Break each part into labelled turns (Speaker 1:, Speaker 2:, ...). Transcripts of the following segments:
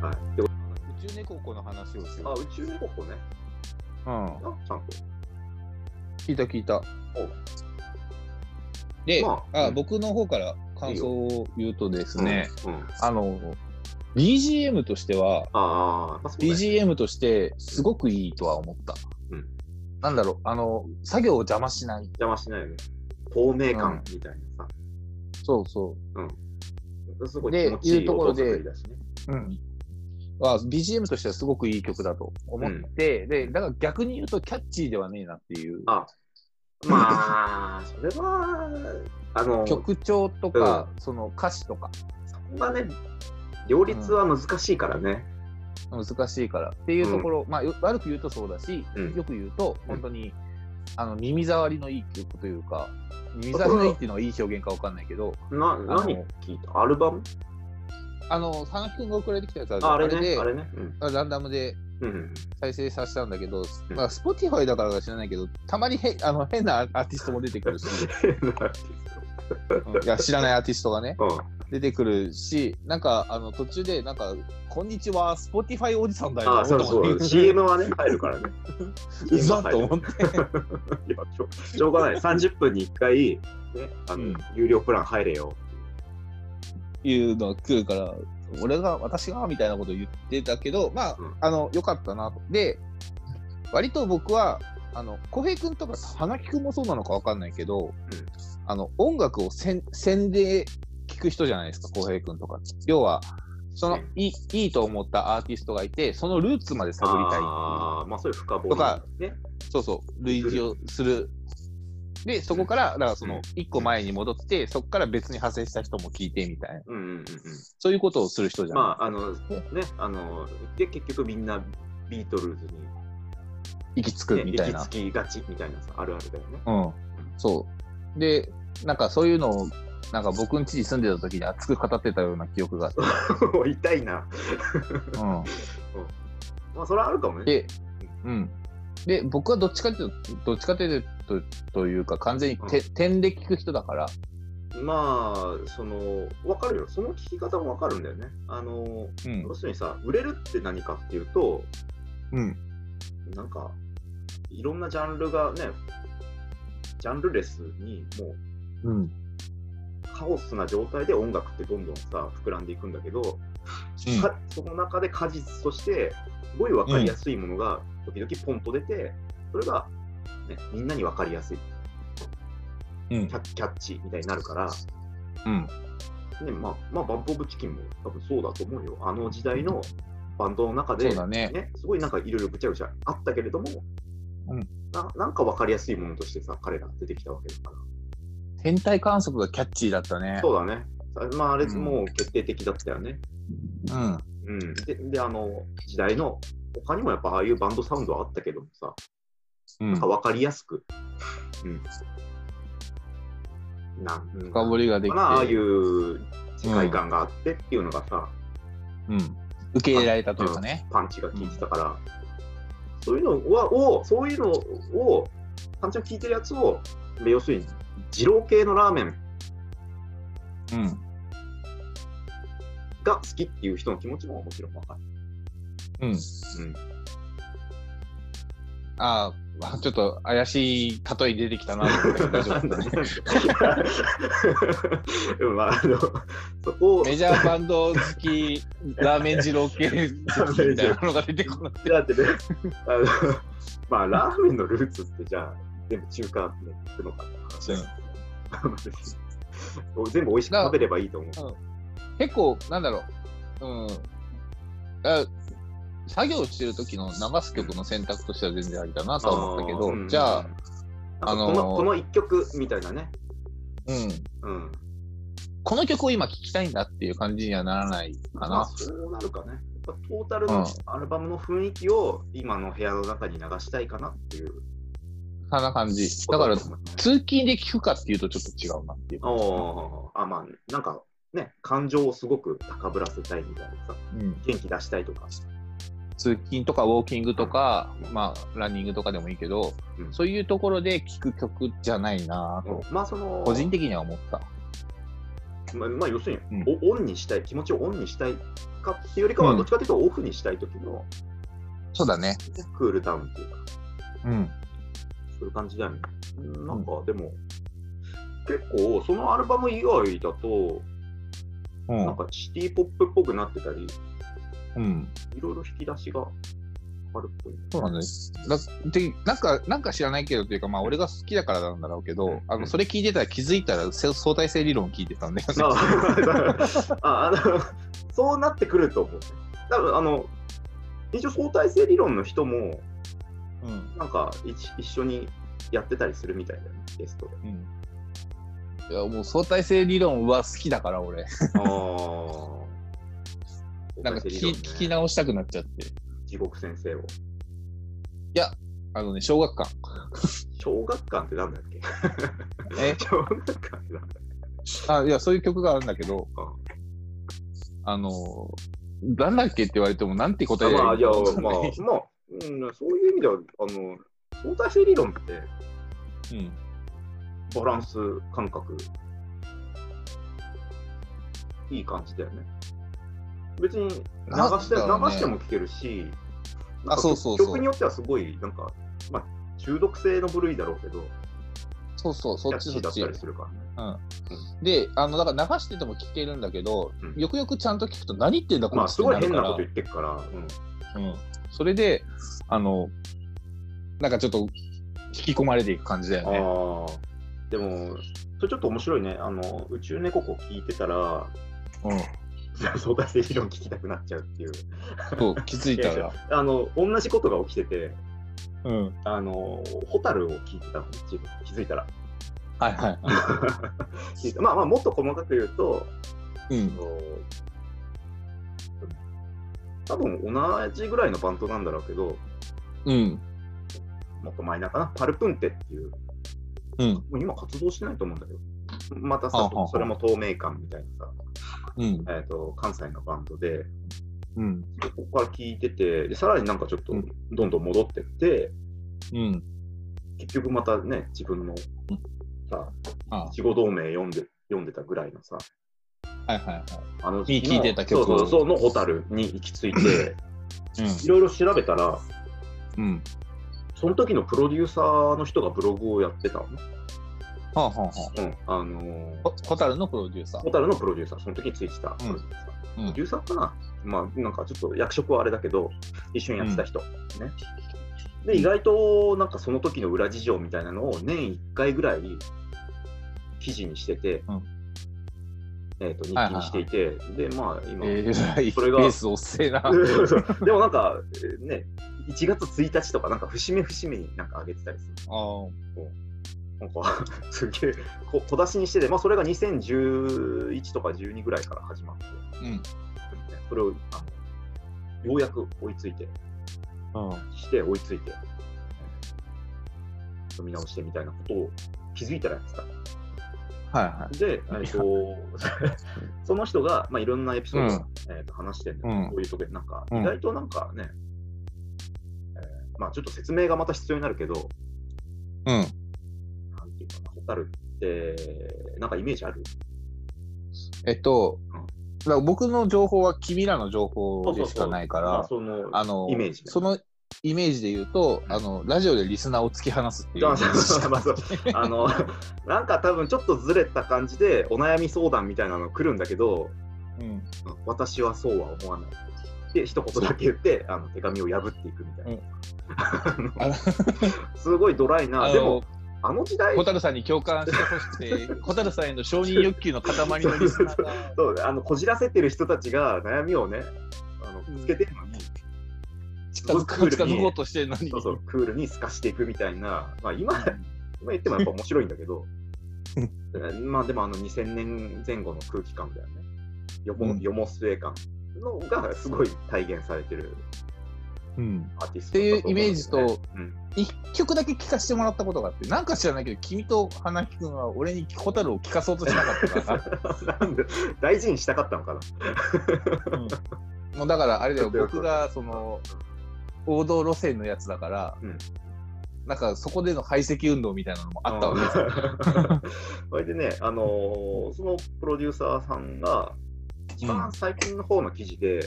Speaker 1: はい。で
Speaker 2: 宇宙猫っ子の話をし
Speaker 1: あ、
Speaker 2: よ
Speaker 1: 宇宙猫っ子ね。
Speaker 2: う。うん。
Speaker 1: あ、ちゃんと。
Speaker 2: 聞いた聞いた
Speaker 1: お。
Speaker 2: で、
Speaker 1: まあ
Speaker 2: あ
Speaker 1: うん
Speaker 2: 僕の方から感想を言うとですね、
Speaker 1: うん。うん、あ
Speaker 2: あの、BGM としては、
Speaker 1: あー、まあ、そうね
Speaker 2: BGM としてすごくいいとは思った。
Speaker 1: うん
Speaker 2: なんだろう、あの、作業を邪魔しない。
Speaker 1: 邪魔しないよね。透明感みたいなさ。
Speaker 2: そうそ
Speaker 1: すごい
Speaker 2: で
Speaker 1: 気持ちい
Speaker 2: いう
Speaker 1: い
Speaker 2: とこ
Speaker 1: 音
Speaker 2: ろ
Speaker 1: 作
Speaker 2: で
Speaker 1: りだしね。
Speaker 2: う。うん。は BGM としてはすごくいい曲だと思って、で、だから逆に言うとキャッチーではねえなっていう。
Speaker 1: あ まあ、それは、あの、そこ
Speaker 2: 曲調とか、その歌詞とか
Speaker 1: がね、両立は難しいからね。
Speaker 2: 難しいからっていうところ、まあよ悪く言うとそうだし、
Speaker 1: うん
Speaker 2: よく言うと本当に、あの耳障りのいい曲というか、耳障りのいいっていうのはいい表現かわかんないけど、
Speaker 1: な
Speaker 2: の
Speaker 1: 何聞いたアルバム
Speaker 2: あの、佐野くんが送られてきたやつあるじゃん
Speaker 1: ああれね、
Speaker 2: で
Speaker 1: あれね。うん
Speaker 2: ランダムで
Speaker 1: うん。
Speaker 2: 再生させたんだけど、
Speaker 1: うん
Speaker 2: まあ、Spotify だからか知らないけど、たまにへあの変なアーティストも出 てくるし、うんいや知らないアーティストがね、
Speaker 1: うん
Speaker 2: 出てくるし、なんかあの途中で、なんか、こんにちは、Spotify おじさんだよ
Speaker 1: ああ、そうそ
Speaker 2: とか
Speaker 1: う。
Speaker 2: 言
Speaker 1: CM はね、入るからね。
Speaker 2: うざっと思っ、
Speaker 1: っていやしょしょうがない。30分に1回、ね、あの
Speaker 2: うん
Speaker 1: 有料プラン入れよ。
Speaker 2: いうのが来るから、俺が、私がみたいなこと言ってたけど、まあ
Speaker 1: うん、
Speaker 2: あの、良かったなと。で、割と僕は、あの、浩平君とか花木君もそうなのか分かんないけど、あの、音楽をせん宣で聞く人じゃないですか、浩平君とかって。要は、その
Speaker 1: うん
Speaker 2: いい、いいと思ったアーティストがいて、そのルーツまで探りたいっていう。
Speaker 1: ああ、まあそういう深掘り。
Speaker 2: とか
Speaker 1: ね。
Speaker 2: そうそう、類似をする。で、そこから、だからそうの
Speaker 1: ん、
Speaker 2: 一個前に戻って、そこから別に派生した人も聞いてみたいな。
Speaker 1: うんうんうんうん。
Speaker 2: そういうことをする人じゃない
Speaker 1: まあ、あの、ね、あの、で、結局みんなビートルズに、ね、
Speaker 2: 行き着くみ
Speaker 1: 行
Speaker 2: たい
Speaker 1: き
Speaker 2: な
Speaker 1: 着。きがちみたいなさ、あるあるだよね。
Speaker 2: うん。そう。で、なんかそういうのを、なんか僕ん家に住んでた時に熱く語ってたような記憶があって。
Speaker 1: 痛いな。
Speaker 2: うん。
Speaker 1: まあ、それはあるかもね。
Speaker 2: で、うん。で、僕はどっちかというと、どっちかというと、というか、完全にて、点で聞く人だから、
Speaker 1: まあ、その、わかるよ。その聞き方もわかるんだよね。あの、
Speaker 2: うん
Speaker 1: 要。するにさ、売れるって何かっていうと、
Speaker 2: うん。
Speaker 1: なんか、いろんなジャンルがね、ジャンルレスに、もう、
Speaker 2: うん。
Speaker 1: カオスな状態で音楽ってどんどんさ、膨らんでいくんだけど、
Speaker 2: うん
Speaker 1: かその中で果実として、すごいわかりやすいものが、時々ポンと出て、それが、ね、みんなにわかりやすい、
Speaker 2: うん
Speaker 1: キ。ャキャッチみたいになるから、
Speaker 2: うん。
Speaker 1: ねまあまあ、バンプ・オブ・チキンも多分そうだと思うよ。あの時代のバンドの中
Speaker 2: そ
Speaker 1: で、
Speaker 2: うだね。
Speaker 1: ね、すごいなんかいろいろぐちゃぐちゃあったけれども、
Speaker 2: うん
Speaker 1: ななんかわかりやすいものとしてさ、彼ら出てきたわけだか
Speaker 2: 天体観測がキャッチーだったね
Speaker 1: ら。。そうだね。あまあ、あれ
Speaker 2: うん
Speaker 1: もう決定的だったよね。
Speaker 2: うん。
Speaker 1: うん。で、であの、時代の、他にもやっぱああいうバンドサウンドはあったけどもさ、
Speaker 2: うん
Speaker 1: なんか。わかりやすく、うん。なんうん
Speaker 2: 深掘りができて。
Speaker 1: まあ、ああいう世界観があってっていうのがさ、
Speaker 2: うん。受け入れられたというかね。
Speaker 1: パンチが効いてたから、そういうのはを、そういうのを、パンチが効いてるやつを、で要するに、二郎系のラーメン
Speaker 2: うん。
Speaker 1: が好きっていう人の気持ちももちろんわかる。
Speaker 2: う ん。
Speaker 1: うん、
Speaker 2: ああ、ちょっと怪しい例え出てきたなと思ったけど大丈夫だね。
Speaker 1: うんまあ、あの、そこを、
Speaker 2: メジャーバンド好き、ラーメン二郎系好きみたいなのが出てこなくて。
Speaker 1: だってね、あの、まあ、ラーメンのルーツってじゃあ、全部中華麺に行くのかって話だよね全部美味しく食べればいいと思う。
Speaker 2: 結構なんだろう、うん、あ作業してる時の流す曲の選択としては全然ありだなとは思ったけど、
Speaker 1: あー
Speaker 2: じゃあ、、
Speaker 1: あ
Speaker 2: あの
Speaker 1: の
Speaker 2: ー
Speaker 1: このこの一曲みたいなね。
Speaker 2: うん、
Speaker 1: うん。
Speaker 2: この曲を今聴きたいんだっていう感じにはならないか
Speaker 1: まあ、
Speaker 2: な。
Speaker 1: そうなるかね。やっぱトータルのアルバムの雰囲気を今の部屋の中に流したいかなっていう
Speaker 2: そんな感じ。
Speaker 1: こ
Speaker 2: だ
Speaker 1: と
Speaker 2: から、
Speaker 1: と
Speaker 2: 通
Speaker 1: 思います。
Speaker 2: 勤で聴くかっていうとちょっと違うなっていう。
Speaker 1: おーあ、まあ、なんかね、感情をすごく高ぶらせたいみたいなさ、
Speaker 2: うん、
Speaker 1: 元気出したいとか。
Speaker 2: 通勤とかウォーキングとか、まあ、ランニングとかでもいいけど、
Speaker 1: うん
Speaker 2: そういうところで聴く曲じゃないなと、
Speaker 1: まあ、その、
Speaker 2: 個人的には思った。
Speaker 1: まあ、まあ、要するに、
Speaker 2: う
Speaker 1: おオンにしたい、気持ちをオンにしたいかっていうよりかは、
Speaker 2: うん
Speaker 1: どっちかというとオフにしたい時の
Speaker 2: そうだね。
Speaker 1: クールダウンっていうか、
Speaker 2: うん。
Speaker 1: そういう感じだよね。うんなんか、でも、結構、そのアルバム以外だと、
Speaker 2: う
Speaker 1: なん
Speaker 2: ん。
Speaker 1: かシティポップっぽくなってたり、
Speaker 2: うん。
Speaker 1: いろいろ引き出しがあるっ ぽい。
Speaker 2: そうなんです。だでなんか、なんか知らないけどというか、まあ、俺が好きだからなんだろうけど、
Speaker 1: うん
Speaker 2: あの、それ聞いてたら気づいたら、せ相対性理論聞いてたんだよね。
Speaker 1: あ ああのそうなってくると思う。多分あの一応相対性理論の人も
Speaker 2: うん。
Speaker 1: なんか一一緒にやってたりするみたいだよねゲストで。
Speaker 2: いや、もう相対性理論は好きだから、俺。
Speaker 1: ああ。
Speaker 2: なんか聞き、聞き直したくなっちゃって。い
Speaker 1: 地獄先生を。
Speaker 2: や、あのね、小学館。
Speaker 1: 小学館ってなんだっ け
Speaker 2: え
Speaker 1: 小学館ってなんだっけ
Speaker 2: あいやそういう曲があるんだけど、あのなんだっけって言われてもなんて答え
Speaker 1: まあ、いや、
Speaker 2: の
Speaker 1: まあ、まあ、うん、そういう意味では、あの、相対性理論って
Speaker 2: うん、
Speaker 1: バランス感覚、いい感じだよね。別に流して、流
Speaker 2: なんだろうね
Speaker 1: しても聴けるし、
Speaker 2: あ
Speaker 1: なんか
Speaker 2: そうそうそう
Speaker 1: 曲によってはすごい、なんか、まあ、中毒性の部類だろうけど、
Speaker 2: そうそうそっち
Speaker 1: キャッチ
Speaker 2: そ
Speaker 1: ーだった
Speaker 2: っち
Speaker 1: りするからね。
Speaker 2: であのだから流してても聞けるんだけど、
Speaker 1: うん
Speaker 2: よくよくちゃんと聞くと何言ってんだこ
Speaker 1: ま
Speaker 2: の
Speaker 1: あ、
Speaker 2: つ
Speaker 1: す
Speaker 2: って
Speaker 1: ごい
Speaker 2: なる
Speaker 1: 変な
Speaker 2: か
Speaker 1: こ
Speaker 2: ら
Speaker 1: と言ってるから、うん、
Speaker 2: うん、それであのなんかちょっと引き込まれていく感じだよね
Speaker 1: ああ。でも、それちょっと面白いね。あの、宇宙猫子聞いてたら、
Speaker 2: うん、
Speaker 1: 相対性理論聞きたくなっちゃうっていう。
Speaker 2: そう気づいた ら、
Speaker 1: あの、同じことが起きてて、
Speaker 2: うん、
Speaker 1: あの、ホタルを聞いてたの、自分気づいたら。
Speaker 2: はいは
Speaker 1: 聞いたまあまあ、もっと細かく言うと、
Speaker 2: い、う
Speaker 1: あ
Speaker 2: ん、
Speaker 1: の多分同じぐらいのバンドなんだろうけど、
Speaker 2: うん
Speaker 1: もっとマイナーかな、パルプンテっていう、
Speaker 2: うん
Speaker 1: もう今活動してないと思うんだけど、また
Speaker 2: は
Speaker 1: さ
Speaker 2: あはあは、あ
Speaker 1: それも透明感みたいなさ、
Speaker 2: うん
Speaker 1: えー、と関西のバンドで、
Speaker 2: うん
Speaker 1: ここから聞いてて、でさらになんかちょっと
Speaker 2: うん
Speaker 1: どんどん戻ってって、
Speaker 2: うん
Speaker 1: 結局またね、自分のさ、
Speaker 2: あ
Speaker 1: 死後同盟読んで読んでたぐらいのさ、
Speaker 2: はいはいは
Speaker 1: あの
Speaker 2: に
Speaker 1: 時の
Speaker 2: 聞いてた曲を
Speaker 1: そうそうそう、のホタルに行き着いて、
Speaker 2: い
Speaker 1: いろいろ調べたら、
Speaker 2: うんうん
Speaker 1: その時のプロデューサーの人がブログをやってたのね。
Speaker 2: はあはあは
Speaker 1: うん。あの
Speaker 2: あ
Speaker 1: ー
Speaker 2: ほ蛍のプロデューサー
Speaker 1: ホタルのプロデューサー、その時ついてたプロデューサー。
Speaker 2: う
Speaker 1: プロ
Speaker 2: ん
Speaker 1: デューサーかなまあ、なんかちょっと役職はあれだけど、一緒にやってた人。ね。で、意外と、なんかその時の裏事情みたいなのを年1回ぐらい記事にしてて、
Speaker 2: うん
Speaker 1: えっ、と、日
Speaker 2: はい
Speaker 1: 記にしていて、で、まあ、今、
Speaker 2: えらい、
Speaker 1: それが
Speaker 2: ベース遅 えな。
Speaker 1: そうそう でもなんか、えーね、1月1日とか、なんか節目節目になんか上げてたりする。
Speaker 2: あ
Speaker 1: なんか すげえこ小出しにしてて、まあ、それが2011とか12ぐらいから始まって、
Speaker 2: うん
Speaker 1: それをあのようやく追いついて、
Speaker 2: あ、
Speaker 1: して追いついて、読み直してみたいなことを気づいたらやってた。
Speaker 2: は
Speaker 1: で、えっと その人が、まあ、いろんなエピソードを、えっと話してるんだけど、
Speaker 2: うん
Speaker 1: こういうとこで、なんか、
Speaker 2: うん
Speaker 1: 意外となんかね、えーまあ、ちょっと説明がまた必要になるけど、
Speaker 2: いはい。
Speaker 1: なんていうかな、ホタルって、なんかイメージある
Speaker 2: うん。えっと、だから僕の情報は君らの情報でしかないか
Speaker 1: まあ
Speaker 2: ら、
Speaker 1: その
Speaker 2: あの
Speaker 1: イメージね
Speaker 2: そのイメージで言うと、
Speaker 1: うん
Speaker 2: あのラジオでリスナーを突き放すっていう
Speaker 1: まあそうまあそうあ のなんか多分ちょっとずれた感じでお悩み相談みたいなの来るんだけど
Speaker 2: うん
Speaker 1: 私はそうは思わないで一言だけ言ってあの手紙を破っていくみたいな、
Speaker 2: あの
Speaker 1: すごいドライ
Speaker 2: あ
Speaker 1: な
Speaker 2: の
Speaker 1: でもあの時代
Speaker 2: 蛍さんに共感してほしくて、 蛍さんへの承認欲求の塊のリスナーが。
Speaker 1: そうあのこじらせてる人たちが悩みをねあのぶつけてるのに、
Speaker 2: 近づく近づこうとしてるのに
Speaker 1: そうそうクールに透かしていくみたいな、まあ、今今言ってもやっぱ面白いんだけ ど、まあでもあの2000年前後の空気感だよね。よも,、
Speaker 2: うん
Speaker 1: よもすえ感のがすごい体現されてる
Speaker 2: うん
Speaker 1: アーティスト
Speaker 2: って
Speaker 1: だ
Speaker 2: い
Speaker 1: と
Speaker 2: うイ
Speaker 1: 思ん
Speaker 2: メ
Speaker 1: だよね
Speaker 2: ージと、
Speaker 1: うん
Speaker 2: 一曲だけ聴かせてもらったことがあって、なんか知らないけど、君と花木君は俺に蛍を聴かそうとしなかったから。
Speaker 1: なんで大事にしたかったのかな。
Speaker 2: もうだからあれだよ
Speaker 1: ちょっとよく
Speaker 2: 僕がその王道路線のやつだから、
Speaker 1: うん
Speaker 2: なんかそこでの排斥運動みたいなのもあったわけですよ。
Speaker 1: わけそれでね、あのーそのプロデューサーさんが、一番最近の方の記事で、
Speaker 2: う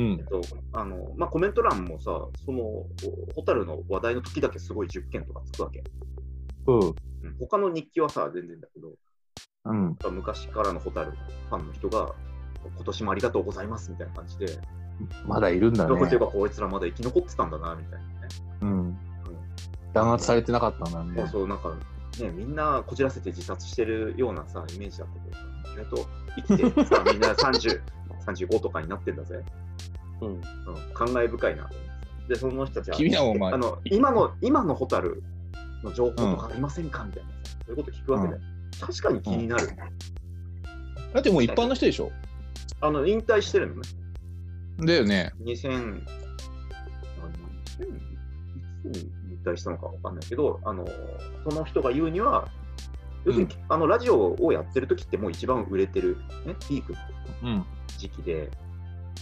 Speaker 1: えっ
Speaker 2: ん。
Speaker 1: とあのまあ、コメント欄もさ、そのお蛍の話題の時だけすごい10件とかつくわけ。
Speaker 2: うん。
Speaker 1: うん他の日記はさ、全然だけど、
Speaker 2: うん。
Speaker 1: 昔からの蛍ファンの人が、今年もありがとうございますみたいな感じで、
Speaker 2: まだいるんだね。
Speaker 1: 残っていうか、こいつらまだ生き残ってたんだなみたいなね。
Speaker 2: うん。弾圧されてなかったん
Speaker 1: そ
Speaker 2: だ
Speaker 1: う
Speaker 2: ね。
Speaker 1: そう、なんか、ね、みんなこじらせて自殺してるようなさ、イメージだったけど、意外と生きてさ、みんな30、35とかになってんだぜ。
Speaker 3: うん
Speaker 1: うん、感慨深いなと思ってさで、その人たちは、
Speaker 2: 君らもお前
Speaker 1: あの今の、今のホタルの情報とかありませんかみたいなさ、そういうこと聞くわけで、確かに気になる。
Speaker 2: だってもう一般の人でしょ
Speaker 1: あの、引退してるのね。
Speaker 2: だよね。
Speaker 1: 2000、あの2000いつに引退したのかわかんないけど、あのその人が言うには、要するに、あのラジオをやってる時って、もう一番売れてる、ね、ピークの
Speaker 2: うん。
Speaker 1: 時期で、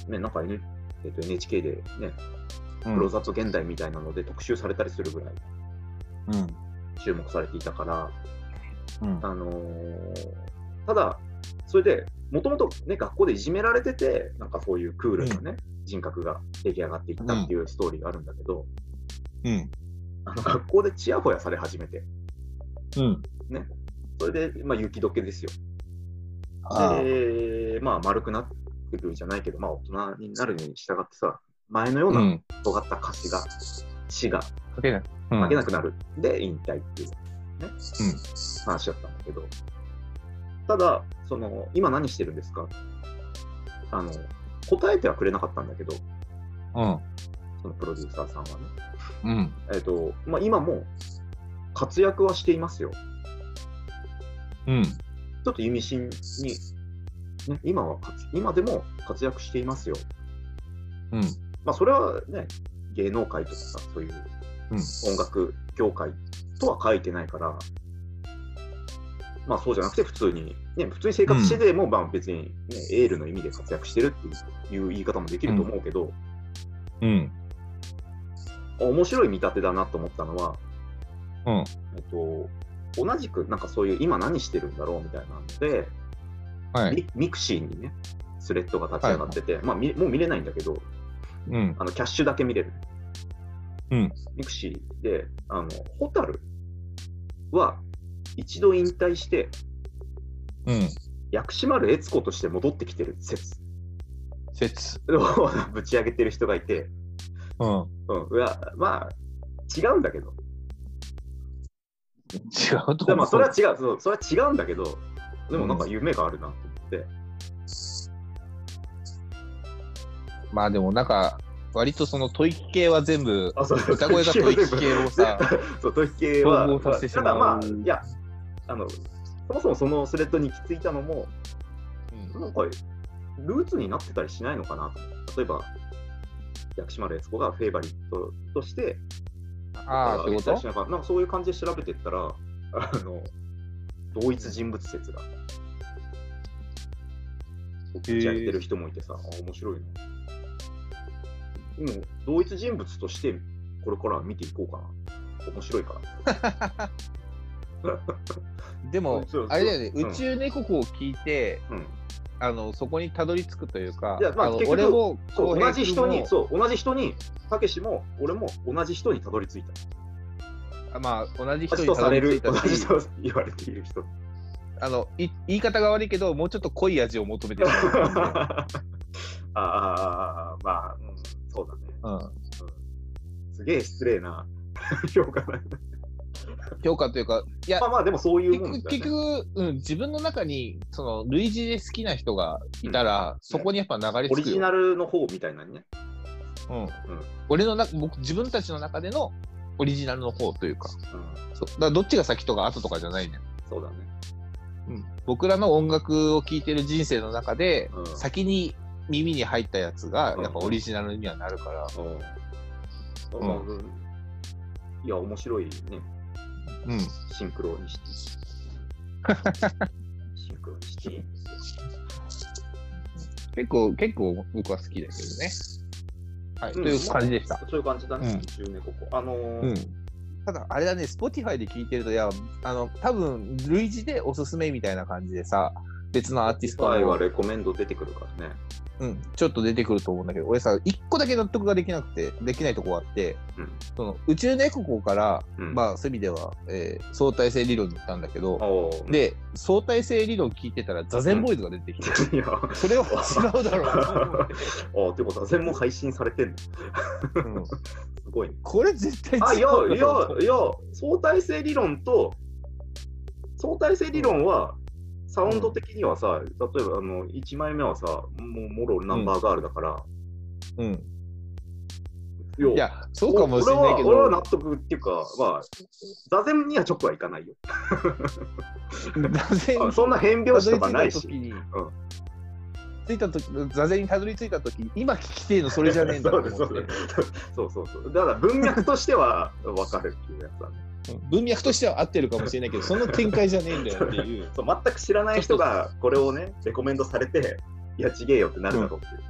Speaker 1: ね、なんか N、えっと NHK で、ね、
Speaker 2: う
Speaker 1: クロー
Speaker 2: ん。
Speaker 1: ズアップ現代みたいなので特集されたりするぐらい
Speaker 2: うん。
Speaker 1: 注目されていたから、
Speaker 2: うん。
Speaker 1: あのーただ、それでもともと学校でいじめられてて、なんかそういうクールな、ね人格が出来上がっていったっていうストーリーがあるんだけど、
Speaker 2: うん。
Speaker 1: あの学校でちやほやされ始めて、
Speaker 2: うん。
Speaker 1: それで、まあ、雪解けですよ。
Speaker 2: ああ。
Speaker 1: で、まあ、丸くなってくるじゃないけど、まあ、大人になるに従ってさ、前のよう
Speaker 2: う。
Speaker 1: なん尖った歌詞が、詩が
Speaker 2: かけない。
Speaker 1: 書け
Speaker 2: な
Speaker 1: なくなる。で、引退っていう、ね話だったんだけど、ただ、その、今何してるんですかあの、答えてはくれなかったんだけど、
Speaker 2: うん。
Speaker 1: そのプロデューサーさんはね。
Speaker 2: うん。
Speaker 1: えっと、まあ、今も活躍はしていますよ。
Speaker 2: うん。
Speaker 1: ちょっと意味深に、ね、今は活今でも活躍していますよ。
Speaker 2: うん。
Speaker 1: まあ、それはね、芸能界とかさ、そういう
Speaker 2: うん。
Speaker 1: 音楽業界とは書いてないから、まあそうじゃなくて、普通に、ね、普通に生活してても、まあ別に、ね、エールの意味で活躍してるっていう言い方もできると思うけど、
Speaker 2: うん。
Speaker 1: 面白い見立てだなと思ったのは、
Speaker 2: うん。
Speaker 1: えっと、同じく、なんかそういう、今何してるんだろうみたいなので、
Speaker 2: はい。
Speaker 1: ミミクシーにね、スレッドが立ち上がってて、まあ、みもう見れないんだけど、
Speaker 2: うん。
Speaker 1: あのキャッシュだけ見れる。
Speaker 2: うん
Speaker 1: ミクシーで、あのホタルは一度引退して、
Speaker 2: うん。
Speaker 1: 薬師丸悦子として戻ってきてる説
Speaker 2: 説。
Speaker 1: を ぶち上げてる人がいて、
Speaker 2: うん。
Speaker 1: うん、うわまあ、違うんだけど、
Speaker 2: 違うと
Speaker 1: で
Speaker 2: 思う。
Speaker 1: まあ、それは違うそう、それは違うんだけど、でもなんか夢があるなと思って、
Speaker 2: まあでもなんか、割とその吐息系は 全部、
Speaker 1: あそう
Speaker 2: 歌声が吐息系をさ、
Speaker 1: そう、統一系は、
Speaker 2: 統合させてしまう
Speaker 1: ただまあ、いや、あの、そもそもそのスレッドに行き着いたのも、なんか、ルーツになってたりしないのかなと。例えば、薬師丸悦子がフェイバリットとして、
Speaker 2: ああ、ってこ
Speaker 1: 引退
Speaker 2: と
Speaker 1: しながらなんかそういう感じで調べてったら、あの、同一人物説が。
Speaker 2: へえ
Speaker 1: 打ち上げてる人もいてさ、あ面白いな。でも、同一人物として、これからは見ていこうかな。面白いから。
Speaker 2: でも
Speaker 1: そうそう、
Speaker 2: あれだよね、
Speaker 1: うん
Speaker 2: 宇宙猫子を聞いて、
Speaker 1: うん
Speaker 2: あの、そこにたどり着くというか
Speaker 1: いや、まあ
Speaker 2: あの
Speaker 1: 結局
Speaker 2: 俺も、
Speaker 1: そう
Speaker 2: 浩
Speaker 1: 同じ
Speaker 2: 平
Speaker 1: 人
Speaker 2: 君も
Speaker 1: に、そう、同じ人に、たけしも俺も同じ人にたどり着いた。
Speaker 2: あまあ、同じ
Speaker 1: 同
Speaker 2: 人
Speaker 1: じ
Speaker 2: に
Speaker 1: と
Speaker 2: た
Speaker 1: さ
Speaker 2: ど
Speaker 1: れ
Speaker 2: り着
Speaker 1: る、
Speaker 2: いた
Speaker 1: 同じ
Speaker 2: し、
Speaker 1: と言われている人。
Speaker 2: あの、い言い方が悪いけど、もうちょっと濃い味を求 めてる。
Speaker 1: ああ、まあ、うん、そうだね。
Speaker 2: うん
Speaker 1: すげえ失礼な 評価だね。
Speaker 2: 評価というか、いや
Speaker 1: まあ、まあ、でもそういう
Speaker 2: 結
Speaker 1: もんだ
Speaker 2: 局、
Speaker 1: よね。
Speaker 2: 結局うん、自分の中に、その、類似で好きな人がいたら、そこにやっぱ流れ
Speaker 1: オ
Speaker 2: 着
Speaker 1: リ
Speaker 2: く
Speaker 1: ジ
Speaker 2: よ。
Speaker 1: ナルの方みたいなのね。
Speaker 2: うん俺のな僕、自分たちの中でのオリジナルの方というか、
Speaker 1: うん、
Speaker 2: そうだからどっちが先とか後とかじゃないね。
Speaker 1: そうだね。
Speaker 2: 僕らの音楽を聴いてる人生の中で、
Speaker 1: うん
Speaker 2: 先に耳に入ったやつが
Speaker 1: うん
Speaker 2: やっぱオリジナルにはなるから、
Speaker 1: うん。
Speaker 2: うん
Speaker 1: まあいや、面白いね。
Speaker 2: うん
Speaker 1: シンクロに して。シンクロにして。
Speaker 2: 結構結構僕は好きだけどね。はい、という感じでした。
Speaker 1: そういう感じだね、
Speaker 2: うん
Speaker 1: 宇宙猫子。あのー
Speaker 2: うんただ、あれだね、Spotify で聞いてると、いや、あの、多分類似でおすすめみたいな感じでさ、別のアーティスト
Speaker 1: 前は
Speaker 2: の、
Speaker 1: レコメンド出てくるからね。
Speaker 2: うん、ちょっと出てくると思うんだけど、俺さ、一個だけ納得ができなくて、できないとこがあって、
Speaker 1: うん
Speaker 2: その宇宙猫校から、
Speaker 1: うん、
Speaker 2: まあ、そういう意味では、えー相対性理論に行ったんだけ
Speaker 1: あ
Speaker 2: ど、
Speaker 1: ー、
Speaker 2: で、相対性理論聞いてたら、座禅ボーイズが出てき て、
Speaker 1: いや、 あ
Speaker 2: それは違うだろうなと思って、
Speaker 1: ーってことは全部配信されてんの。す
Speaker 2: うん
Speaker 1: ごい ね。
Speaker 2: これ絶対違う
Speaker 1: あ、いや
Speaker 2: だろう、
Speaker 1: いや、いや、相対性理論と、相対性理論は、サウンド的にはさ、例えばあの1枚目はさ、もうもろナンバーガールだから、
Speaker 2: うん、
Speaker 1: よ
Speaker 2: いや、そうかもしれないけど、
Speaker 1: 俺は俺は納得っていうか、まあ、座禅には直はいかないよ。
Speaker 2: 座禅
Speaker 1: あそんな変拍子とかないし。
Speaker 2: たどり着いた時に、着いた時座禅にたどり着いた時に今聞きてえのそれじゃねえんだと思って
Speaker 1: そうですそうそうそう。だから文脈としては分かるっていうやつだね。
Speaker 2: うん文脈としては合ってるかもしれないけどその展開じゃねえんだよっていう
Speaker 1: そう全く知らない人がこれをね、レコメンドされて、いや、ちげえよってなるだろうっていう。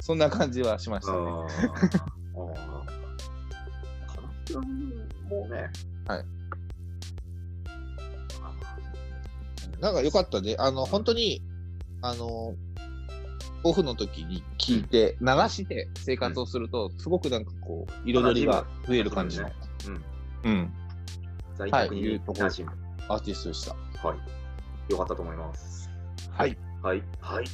Speaker 2: そんな感じはしましたね
Speaker 1: あーあー。かなきくんもね、
Speaker 2: なんか良かったねあの本当にあのオフの時に聞いて流して生活をするとすごくなんかこう彩りが増える感じの、うん、
Speaker 1: 在
Speaker 2: はい
Speaker 1: 宅に馴染む。
Speaker 2: アーティストでした
Speaker 1: はい。よかったと思います。
Speaker 2: はい
Speaker 1: はい。はい。